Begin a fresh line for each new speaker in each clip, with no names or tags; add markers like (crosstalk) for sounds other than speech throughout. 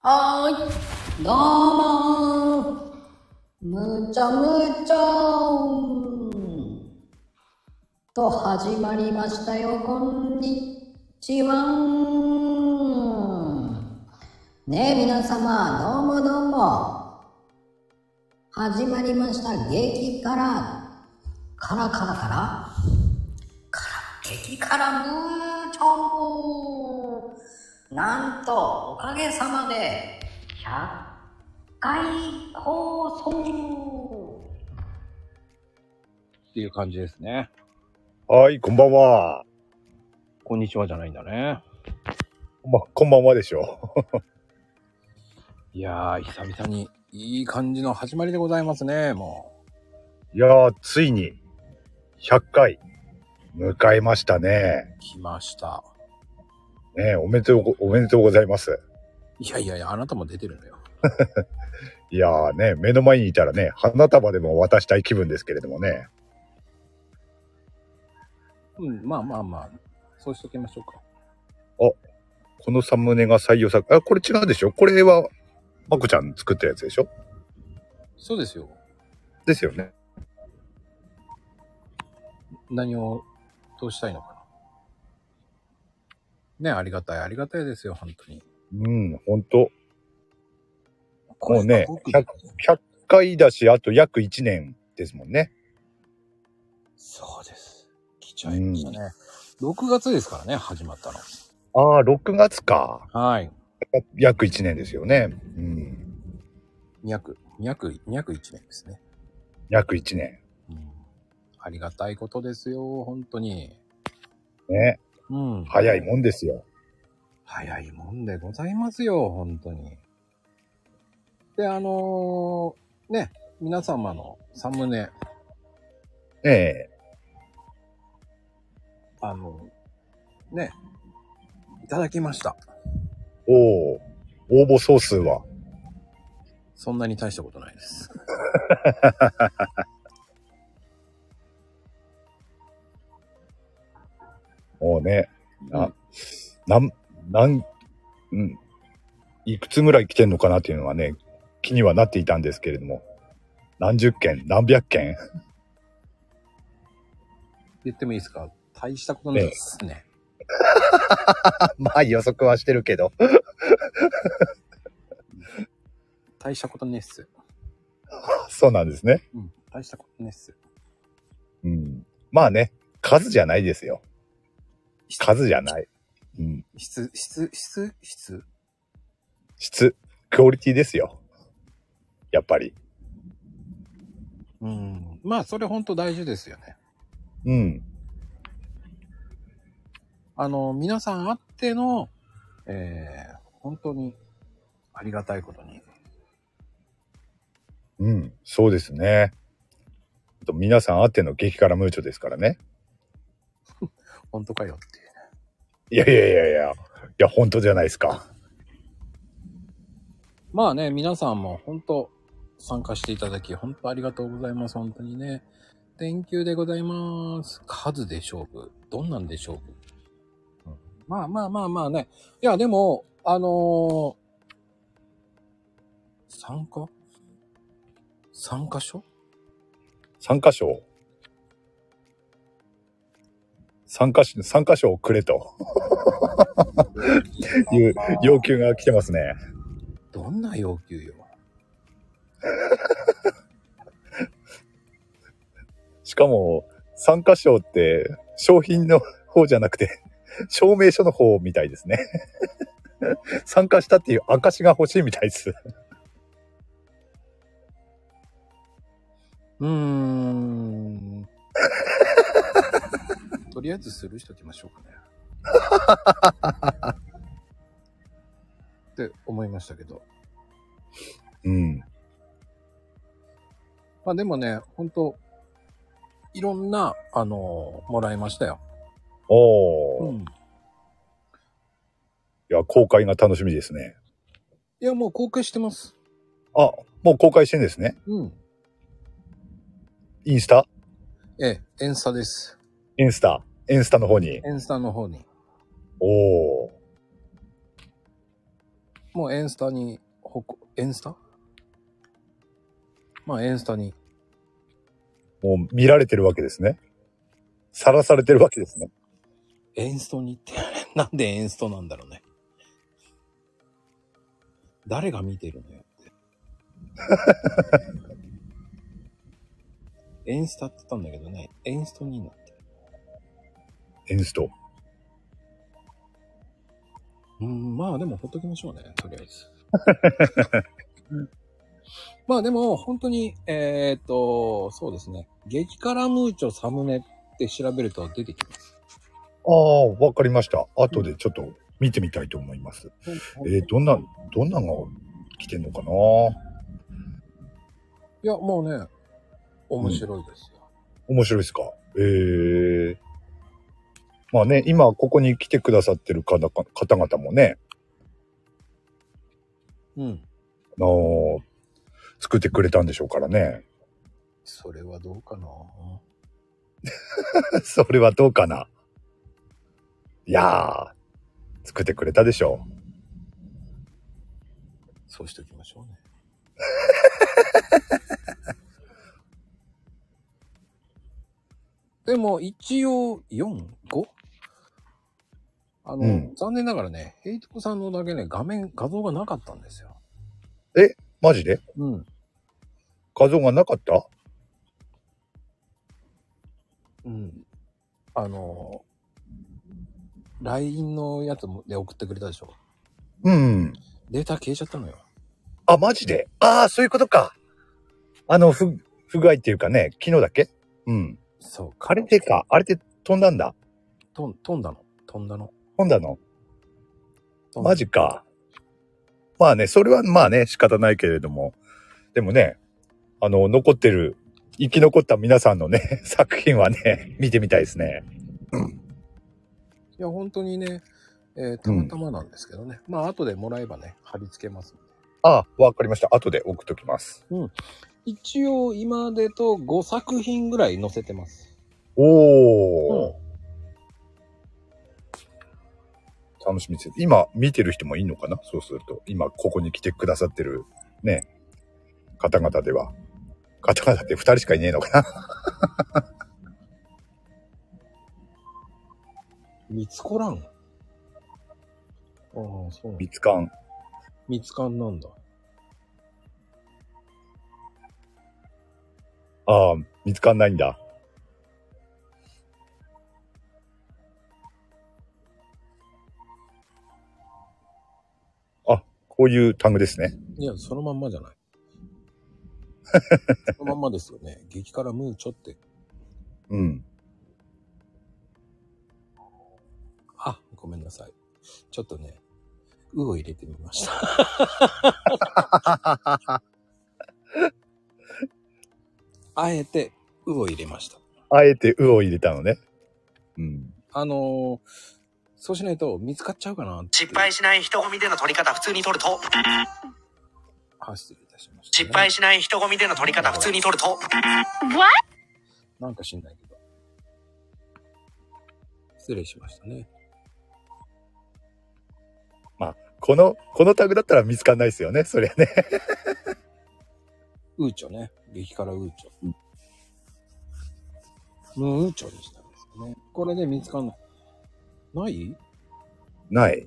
はーい。どうもー。むちゃむちゃーんと始まりましたよ。こんにちはーん。ねえ、皆様、どうもどうも。始まりました。激辛。辛辛辛辛激辛ムーチョーなんと、おかげさまで、100回放送
っていう感じですね。
はい、こんばんは。
こんにちはじゃないんだね。
ま、こんばんはでしょ。
いやー、久々にいい感じの始まりでございますね、も
いやー、ついに、100回、迎えましたね
う。。来ました。
ねえおめでとうご、おめでとうございます。
いやいやいや、あなたも出てるのよ。
いやーね、目の前にいたらね、花束でも渡したい気分ですけれどもね。
うん、まあまあまあ、そうしときましょうか。
このサムネが採用さ、あ、これ違うでしょこれは、まこちゃん作ったやつでしょ
そうですよ。
ですよね。
何をどうしたいのかな。ね、ありがたい、ありがたいですよ、本当に。
うん、ほんと。もうね
これが僕
100回だし、あと約1年ですもんね。
そうです。来ちゃいましたね。6月ですからね、始まったの。
あー、6月か。
はい。
約1年ですよね。うん、
200、200、201年ですね。
約1年。
うんありがたいことですよ、本当に。
ね、
うん。
早いもんですよ。
早いもんでございますよ、本当に。で、あのーね、皆様のサムネ、
ねえ。
あのね、いただきました。
おお、応募総数は。
そんなに大したことないです。
もうね、
う
あ
ん
なん、なん、うん、いくつぐらい来てんのかなっていうのはね、気にはなっていたんですけれども、何十件、何百件、
言ってもいいですか大したことないですね。
(laughs) まあ予測はしてるけど。
大したことないっす。
(laughs) そうなんですね。
うん、大したことないっす。
うん。まあね、数じゃないですよ。数じゃない。うん。
質、質、質、質
質、クオリティですよ。やっぱり。
うん。まあ、それ本当大事ですよね。
うん。
あの、皆さんあっての、えー、本当にありがたいことに。
うん。そうですね。あと皆さんあっての激辛ムーチョですからね。
本当かよっていうね。
いやいやいやいや、いや、本当じゃないですか。
まあね、皆さんも本当参加していただき、本当ありがとうございます。本当にね。電球でございます。数で勝負。どんなんで勝負。うんまあまあまあまあね。いや、でも、あのー、参加参加所
参加賞。参加し、参加賞をくれという要求が来てますね。
どんな要求よ。
しかも、参加賞って商品の方じゃなくて、証明書の方みたいですね。 (laughs) 参加したっていう証が欲しいみたいです。
うー (laughs) ん。とりあえずスルーしときましょうかね。って思いましたけど。
うん。
まあでもね、ほんと、いろんな、あのーもらいましたよ。
お
う
ー。い
ん。い
や、公開が楽しみですね。
や、もう公開してます。
あ、もう公開してんですね。
うん。
インスタ
ええ、エンスタです。
インスタ。インスタの方に。
エンスタの方に。
おー。
もうエンスタに、ほこ、エンスタまあエンスタに、
もう見られてるわけですね。さらされてるわけですね。
エンストにって、 (laughs) なんでエンストなんだろうね。誰が見てるのよ
(laughs)
って。エンスタって言ったんだけどね、エンストになってる。
エンスト。
うん、まあでもほっときましょうね、とりあえ
(laughs)
ず。まあでも本当に、えー、っと、そうですね。激辛ムーチョサムネって調べると出てきます。
ああ、わかりました。後でちょっと見てみたいと思います。えー、どんな、どんなのが来てんのかない
や、もうね、面白いですよ。
面白いですかええまあね、今ここに来てくださってる方々方々もね、
うん
あの作ってくれたんでしょうからね。
それはどうかな
(laughs) それはどうかないやー、作ってくれたでしょう。
そうしておきましょう
(laughs)
ね。でも、一応、4、5? あの、
うん
残念ながらね、ヘイトコさんのだけね、画面、画像がなかったんですよ。
マジで
うん。
画像がなかった
うん。あの、LINE のやつもで送ってくれたでしょ。
うん。
データ消えちゃったのよ。
あ、マジでああ、そういうことか。あの、不、不具合っていうかね、昨日だっけうん。
そう。
あれでか、あれで飛んだんだ。
とん飛んだの。飛んだの。
飛んだの。
飛んだ
マジか。まあね、それはまあね、仕方ないけれども。でもね、あの、残ってる、生き残った皆さんのね、 (laughs) 作品はね、見てみたいですね。
いや、本当にね、えーたまたまなんですけどね。まあ、後でもらえばね、貼り付けますんで。
ああ、わかりました。後で送っときます。
一応、今でと5作品ぐらい載せてます。
おー。楽しみです。今、見てる人もいいのかなそうすると。今、ここに来てくださってる、ね、方々では。方々って2人しかいねえのかな (laughs)
ミツコラン。ああ、そうなんだ
見。つかん。
ミツカンなんだ。
ああ、見つかんないんだ。あ、こういうタグですね。
いや、そのまんまじゃない。 (laughs) そのまんまですよね。激辛ムーチョって。
うん。
あ、ごめんなさい。ちょっとね、うを入れてみま
(laughs)
した。あえて、うを入れました。
あえて、うを入れたのね。うん。
あのーそうしないと見つかっちゃうかなっていう
失敗しない人混みでの撮り方普通に撮ると
あ、失礼いたしました、
失敗しない人混みでの撮り方普通に撮ると
なんか知んないけど。失礼しましたね。
この、このタグだったら見つかんないですよね。そりゃね。
ウーチョね。激辛ウーチョ。ムーチョにしたんですよね。これで見つかんない。ない
ない。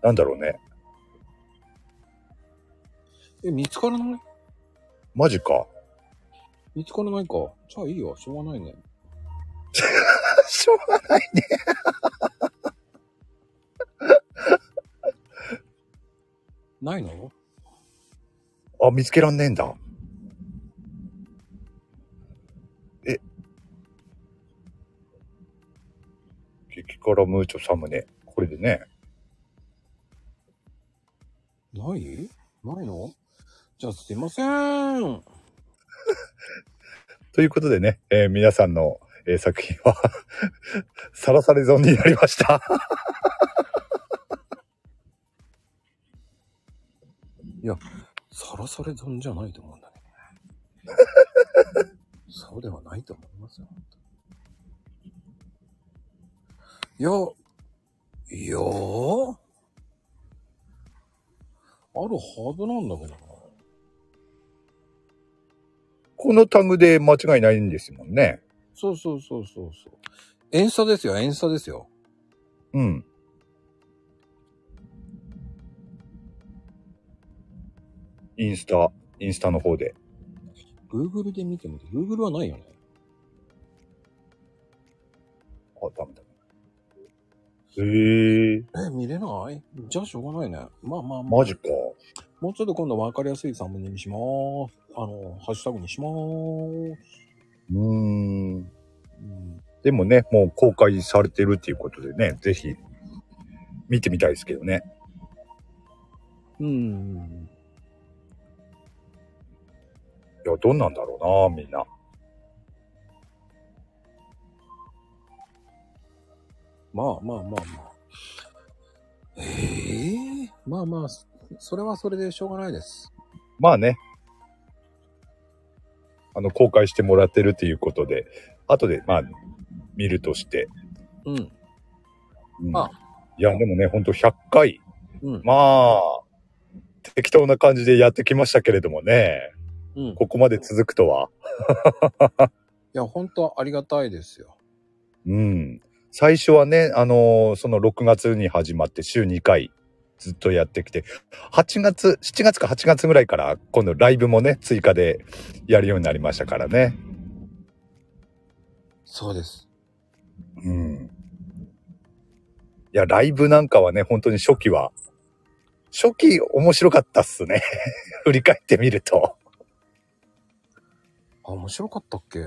なんだろうね。
え、見つからない
マジか。
見つからないか。じゃあいいよ。しょうがないね。
しょうがないね。
ないの
あ、見つけらんねえんだ。え。激辛ムーチョサムネ。これでね。
ないないのじゃあすいません。
ということでね、えー皆さんの、えー作品は、 (laughs) さらされ損になりました。
さらされ損じゃないと思うんだけどね。そうではないと思いますよ。いや、いやー。あるはずなんだけどな。
このタグで間違いないんですもんね。
そうそうそうそうそう。演奏ですよ、演奏ですよ。
うん。インスタ、インスタの方で。
Google で見てみて、Google はないよね。
あ、ダメだ。へえ、
え、見れないじゃあしょうがないね。まあまあまあ。
マジか。
もうちょっと今度分かりやすいサムネにしまーす。あの、ハッシュタグにしまーす。
うーん。
うん、
でもね、もう公開されてるっていうことでね、ぜひ見てみたいですけどね。
うん。
いや、どんなんだろうな、みんな。
まあまあまあまあ。ええまあまあ、それはそれでしょうがないです。
まあね。あの、公開してもらってるっていうことで、後で、まあ、見るとして。
うん。
うん
あ
いや、でもね、ほんと100回。
うん。
まあ、適当な感じでやってきましたけれどもね、
うん。い
ここまで続くとは。
や、本当ありがたいですよ。
うん。最初はね、あのーその6月に始まって週2回ずっとやってきて、8月、7月か8月ぐらいから今度ライブもね、追加でやるようになりましたからね。
そうです。
うん。いや、ライブなんかはね、本当に初期は、初期面白かったっすね。 (laughs) 振り返ってみると。
あ、面白かったっけ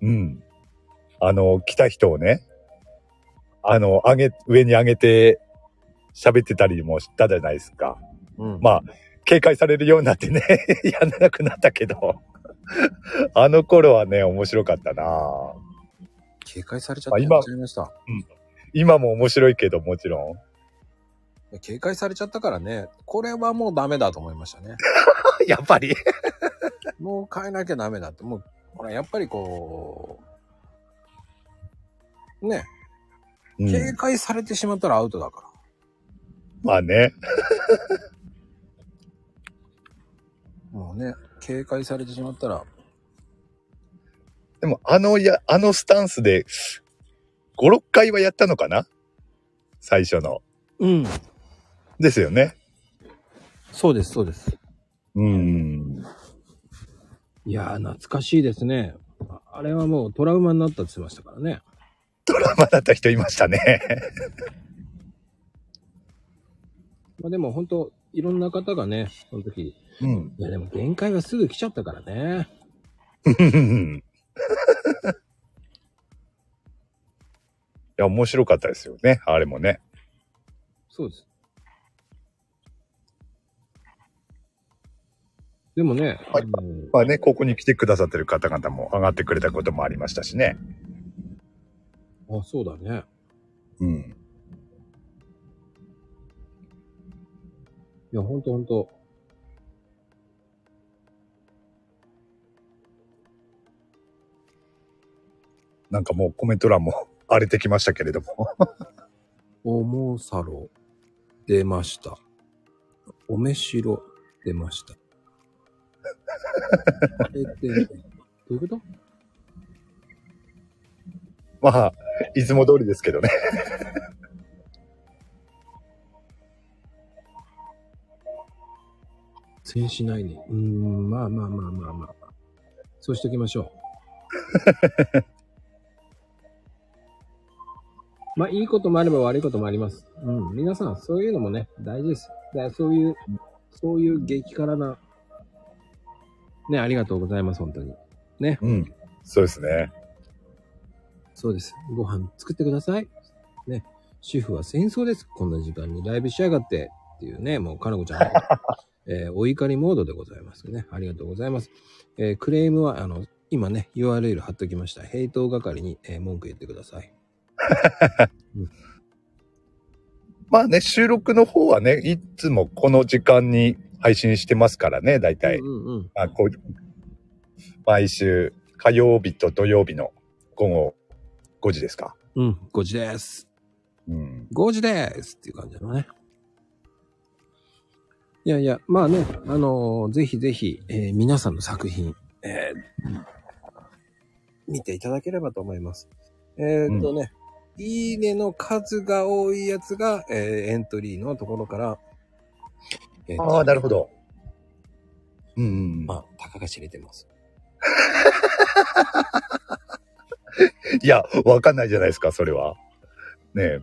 うん。あの、来た人をね、あの、上げ、上に上げて喋ってたりもしたじゃないですか。
うん。
まあ、警戒されるようになってね、 (laughs) やんなくなったけど。あの頃はね、面白かったなぁ
警戒されちゃって
まあ今
やっちゃいました。
今も面白いけど、もちろん。
警戒されちゃったからね、これはもうダメだと思いましたね。
(laughs) やっぱり。
もう変えなきゃダメだって。もう、ほら、やっぱりこう、ね、
う
警
ん、
戒されてしまったらアウトだから。
まあね。
もうね、警戒されてしまったら、
でも、あの、や、あのスタンスで、5、6回はやったのかな最初の。
うん。
ですよね。
そうです、そうです。
うん。
いやー、懐かしいですね。ああれはもうトラウマになったって言ってましたからね。
ドラマだった人いましたね。 (laughs)
まあでも本当、いろんな方がね、その時、
うん。
いやでも限界がすぐ来ちゃったからね。
(laughs) いや、面白かったですよね。あれもね。
そうです。でもね、
は
あ
い
の
まあね、ここに来てくださってる方々も上がってくれたこともありましたしね。
あ、そうだね。
うん。
いや、ほんとほんと。
なんかもうコメント欄も (laughs) 荒れてきましたけれども。 (laughs)
重さろ、出ました。おめしろ、出ました。あれって、どういうこと
まあ、いつも通りですけどね。
せんしないね。うーん、まあまあまあまあまあ。そうしときましょう。 (laughs) まあ、いいこともあれば悪いこともあります。うん。皆さん、そういうのもね、大事です。だからそういう、そういう激辛な、ね、ありがとうございます、本当に。ね、
うん。そうですね。
そうです。ご飯作ってください。ね、主婦は戦争です。こんな時間にライブしやがって。っていうね、もう、かなこちゃんの、えーお怒りモードでございますね。ありがとうございます。えークレームは、あの、今ね、URL 貼っときました。ヘイト係に、えー文句言ってください。
まあね、収録の方はね、いつもこの時間に配信してますからね、大体。
うんうんうん。
まあ、こう毎週火曜日と土曜日の午後5時ですか。
うん、5時です。
うん。
5時ですっていう感じのね。いやいや、まあね、あのーぜひぜひ、えー皆さんの作品、えー見ていただければと思います。えーっとね、いいねの数が多いやつが、えーエントリーのところから、えー
ああ、なるほど。うんうんうん。
まあ、たかが知れてます。
いや、わかんないじゃないですか、それは。ねえ。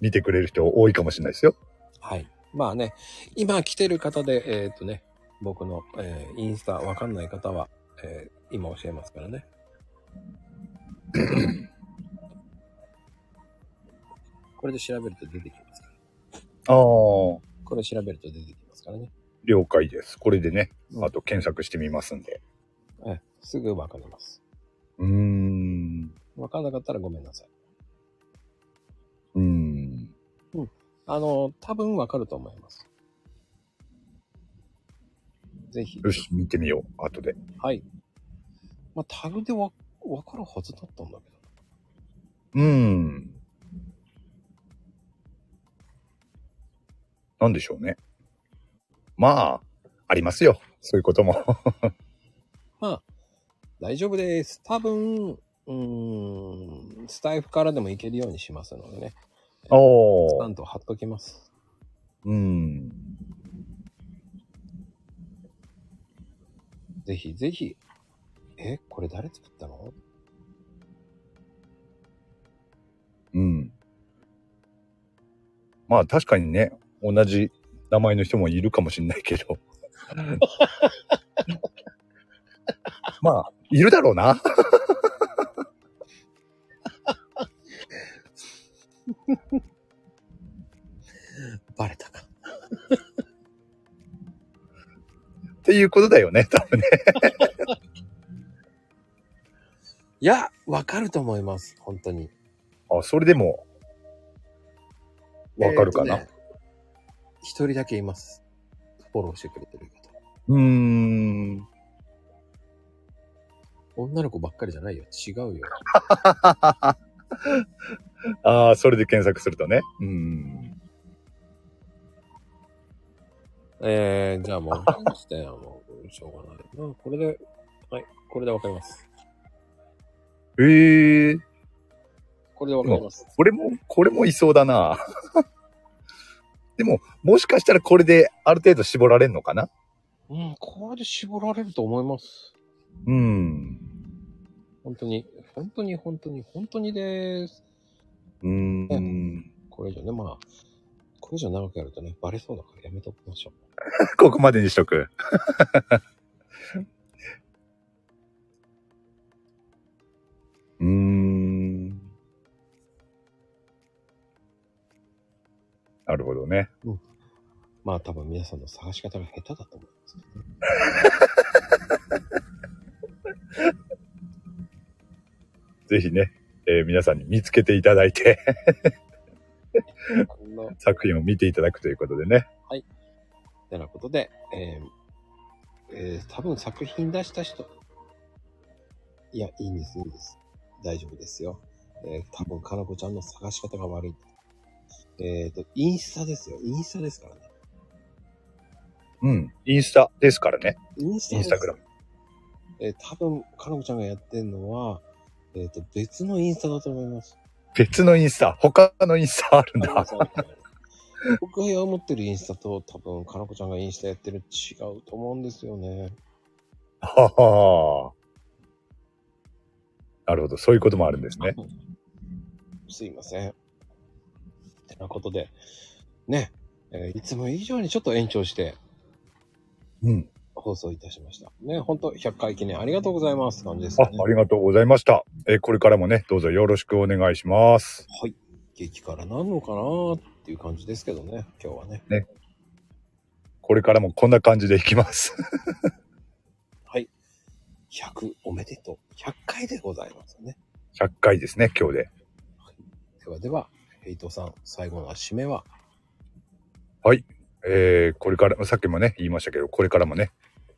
見てくれる人多いかもしれないですよ。
はい。まあね、今来てる方で、えーっとね、僕の、えーインスタわかんない方は、えー今教えますからね。これで調べると出てきますから。
ああ。
これ調べると出てきますからね。
了解です。これでね、あと検索してみますんで。
ええすぐわかります。
うーん。
わかんなかったらごめんなさい。
うーん。
あの、多分わかると思います。ぜひ。
よし、見てみよう、後で。
はい。まあ、タグでわ、わかるはずだったんだけど。
うーん。なんでしょうね。まあ、ありますよ。そういうこ
(laughs)
とも。
まあ、大丈夫です。多分、うーん、スタイフからでもいけるようにしますのでね。ス
お
タン。と貼っときます。
うーん。
ぜひぜひ。え、これ誰作ったの
うん。まあ、確かにね、同じ名前の人もいるかもしれないけど。まあ、いるだろうな。
バレたか。
っていうことだよね、多分ね。
いや、わかると思います。本当に。
あ、それでも、わかるかな。
えーとね一、人だけいます。フォローしてくれてる方。
うーん。
女の子ばっかりじゃないよ。違うよ。
ああ、それで検索するとね。うーん。
えー、じゃあもう、してもう、 (laughs) しょうがないな。これで、はい、これでわかります。
ええー、
これでわかります。
これも、これもいそうだな。 (laughs) でも、もしかしたらこれである程度絞られるのかな
うん、これで絞られると思います。
うーん。
本当に、本当に、本当に、本当にです。
うーん。
これ以上ね、まあ、これ以上長くやるとね、バレそうだからやめときましょう。
ここまでにしとく。 (laughs) うーん。なるほどね。
まあ多分皆さんの探し方が下手だと思いますけどね。
ぜひね、えー皆さんに見つけていただいて、 (laughs)
こんな、っ
作品を見ていただくということでね。
てなことで、えーえー多分作品出した人、いや、いいんです、いいんです。大丈夫ですよ。えー多分、かなこちゃんの探し方が悪い。えっ、と、インスタですよ。インスタですからね。
うん。インスタですからね。
インスタ
イン
で
ス
す
タグラム。
えー多分、かのこちゃんがやってんのは、えっ、と、別のインスタだと思い
(laughs)
ます。
別のインスタ、他のインスタあるん
かのこ
だ。
さんみたいな僕が持ってるインスタと多分、かのこちゃんがインスタやってる違うと思うんですよね。
ははなるほど。そういうこともあるんですね。
すいません。てなことで、ね、えーいつも以上にちょっと延長して
うん。
放送いたしました。ね、ほんと100回記念ありがとうございますって感じです
あ、
ね。
ありがとうございました。えーこれからもね、どうぞよろしくお願いします。
激辛なんのかなっていう感じですけどね、今日はね。
これからもこんな感じでいきます。 (laughs)
はい。100おめでとう。100回でございますね。
100回ですね、今日で。
ではでは、ヘイトさん、最後の締めは、
えーこれから、さっきもね、言いましたけど、これからもね、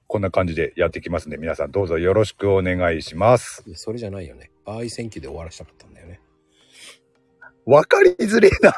こんな感じでやっていきますんで、皆さんどうぞよろしくお願いします。
いやそれじゃないよね。バーイ選挙で終わらせたかったんだよね。
わかりづれえな。